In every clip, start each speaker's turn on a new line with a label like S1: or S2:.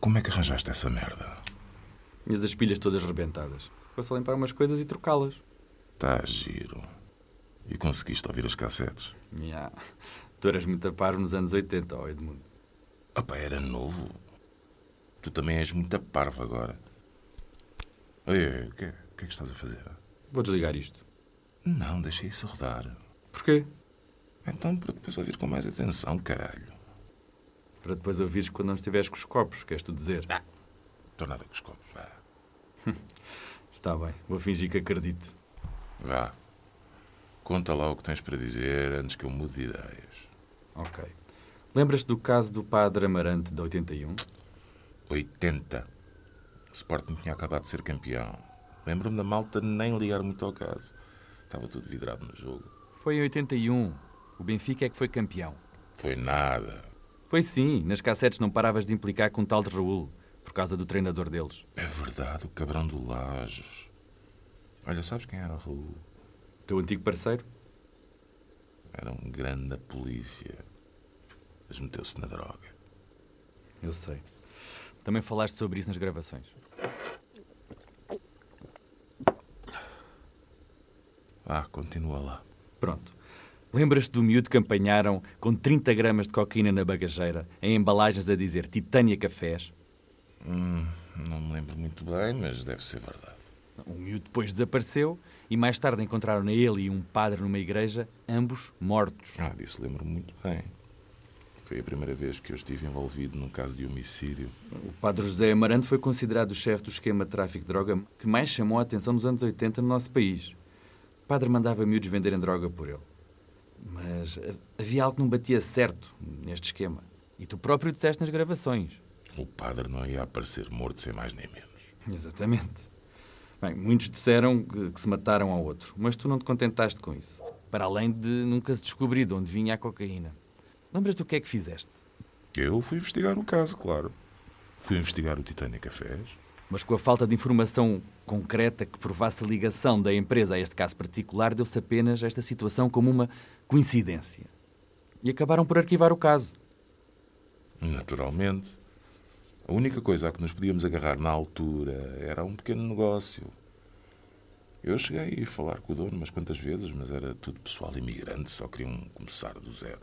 S1: Como é que arranjaste essa merda?
S2: Tinhas as pilhas todas rebentadas. Foi só limpar umas coisas e trocá-las.
S1: Tá giro. E conseguiste ouvir as cassetes?
S2: Ya. Tu eras muito a par nos anos 80, ó Edmundo.
S1: Ah pá, era novo. Tu também és muita parva agora. Ei, ei, o que, é- o que é que estás a fazer?
S2: Vou desligar isto.
S1: Não, deixa isso rodar.
S2: Porquê?
S1: Então, para depois ouvir com mais atenção, caralho.
S2: Para depois ouvires quando não estiveres com os copos, queres tu dizer?
S1: Estou Então nada com os copos. Vá.
S2: Está bem, vou fingir que acredito.
S1: Vá. Conta lá o que tens para dizer antes que eu mude de ideias.
S2: Ok. Lembras-te do caso do padre Amarante da 81?
S1: 80. O Sporting tinha acabado de ser campeão. Lembro-me da malta nem ligar muito ao caso. Estava tudo vidrado no jogo.
S2: Foi em 81. O Benfica é que foi campeão.
S1: Foi nada.
S2: Foi sim, nas cassetes não paravas de implicar com o tal de Raul, por causa do treinador deles.
S1: É verdade, o cabrão do Lages. Olha, sabes quem era o Raul?
S2: Teu antigo parceiro?
S1: Era um grande da polícia. Mas meteu-se na droga.
S2: Eu sei. Também falaste sobre isso nas gravações.
S1: Ah, continua lá.
S2: Pronto. Lembras-te do miúdo que apanharam com 30 gramas de cocaína na bagageira, em embalagens a dizer Titânia Cafés?
S1: Não me lembro muito bem, mas deve ser verdade.
S2: O miúdo depois desapareceu e mais tarde encontraram a ele e um padre numa igreja, ambos mortos.
S1: Ah, disso lembro-me muito bem. Foi a primeira vez que eu estive envolvido num caso de homicídio.
S2: O padre José Amarante foi considerado o chefe do esquema de tráfico de droga que mais chamou a atenção nos anos 80 no nosso país. O padre mandava miúdos venderem droga por ele. Mas eh, havia algo que não batia certo neste esquema. E tu próprio disseste nas gravações.
S1: O padre não ia aparecer morto sem mais nem menos.
S2: Exatamente. Bem, muitos disseram que, que se mataram ao outro, mas tu não te contentaste com isso. Para além de nunca se descobrir de onde vinha a cocaína. Lembras do que é que fizeste?
S1: Eu fui investigar o caso, claro. Fui investigar o Titanic Cafés.
S2: Mas com a falta de informação concreta que provasse a ligação da empresa a este caso particular, deu-se apenas esta situação como uma coincidência. E acabaram por arquivar o caso.
S1: Naturalmente. A única coisa a que nos podíamos agarrar na altura era um pequeno negócio. Eu cheguei a falar com o dono umas quantas vezes, mas era tudo pessoal imigrante, só queriam começar do zero.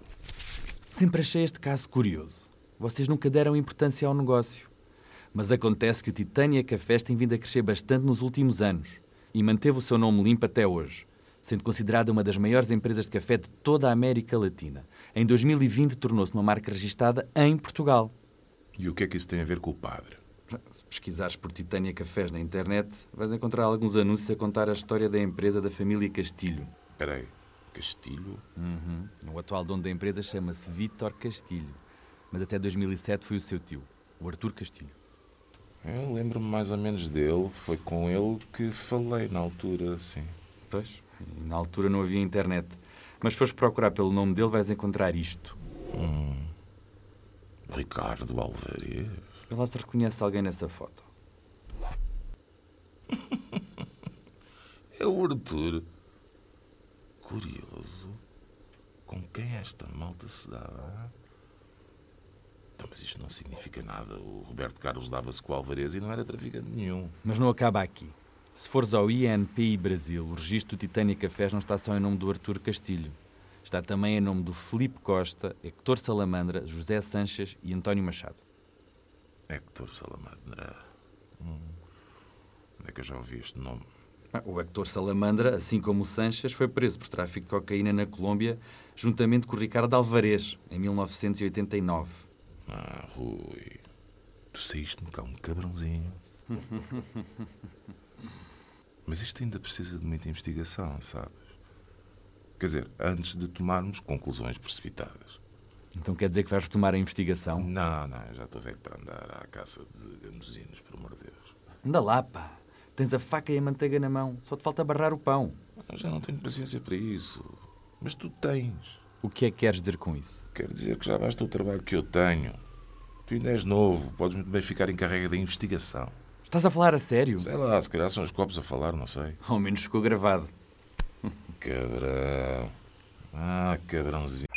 S2: Sempre achei este caso curioso. Vocês nunca deram importância ao negócio. Mas acontece que o Titânia Cafés tem vindo a crescer bastante nos últimos anos e manteve o seu nome limpo até hoje, sendo considerada uma das maiores empresas de café de toda a América Latina. Em 2020 tornou-se uma marca registada em Portugal.
S1: E o que é que isso tem a ver com o padre?
S2: Se pesquisares por Titânia Cafés na internet, vais encontrar alguns anúncios a contar a história da empresa da família Castilho.
S1: Espera aí, Castilho?
S2: Uhum. O atual dono da empresa chama-se Vítor Castilho, mas até 2007 foi o seu tio, o Artur Castilho.
S1: Eu lembro-me mais ou menos dele, foi com ele que falei na altura, sim.
S2: Pois, e na altura não havia internet. Mas se fores procurar pelo nome dele, vais encontrar isto.
S1: Ricardo Alvarez?
S2: Vê lá se reconhece alguém nessa foto.
S1: É o Arthur. Curioso. Com quem esta malta se dava? hã? Então, mas isto não significa nada. O Roberto Carlos dava-se com o Alvarez e não era traficante nenhum.
S2: Mas não acaba aqui. Se fores ao INPI Brasil, o registro do Titânia Cafés não está só em nome do Artur Castilho. Está também em nome do Felipe Costa, Hector Salamandra, José Sanches e António Machado.
S1: Hector Salamandra. Hum. Onde é que eu já ouvi este nome?
S2: Ah, O Hector Salamandra, assim como o Sanches, foi preso por tráfico de cocaína na Colômbia, juntamente com o Ricardo Alvarez, em 1989.
S1: Ah, Rui. Tu saíste-me cá um cabrãozinho. Mas isto ainda precisa de muita investigação, sabes? Quer dizer, antes de tomarmos conclusões precipitadas.
S2: Então quer dizer que vais retomar a investigação?
S1: Não, não, eu já estou velho para andar à caça de gamusinos, por amor de Deus.
S2: Anda lá, pá. Tens a faca e a manteiga na mão. Só te falta barrar o pão.
S1: Eu já não tenho paciência para isso. Mas tu tens.
S2: O que é que queres dizer com isso?
S1: Quero dizer que já basta o trabalho que eu tenho. Tu ainda és novo, podes muito bem ficar encarregue da investigação.
S2: Estás a falar a sério?
S1: Sei lá, se calhar são os copos a falar, não sei.
S2: Ao menos ficou gravado.
S1: Cabrão. Ah, cabrãozinho.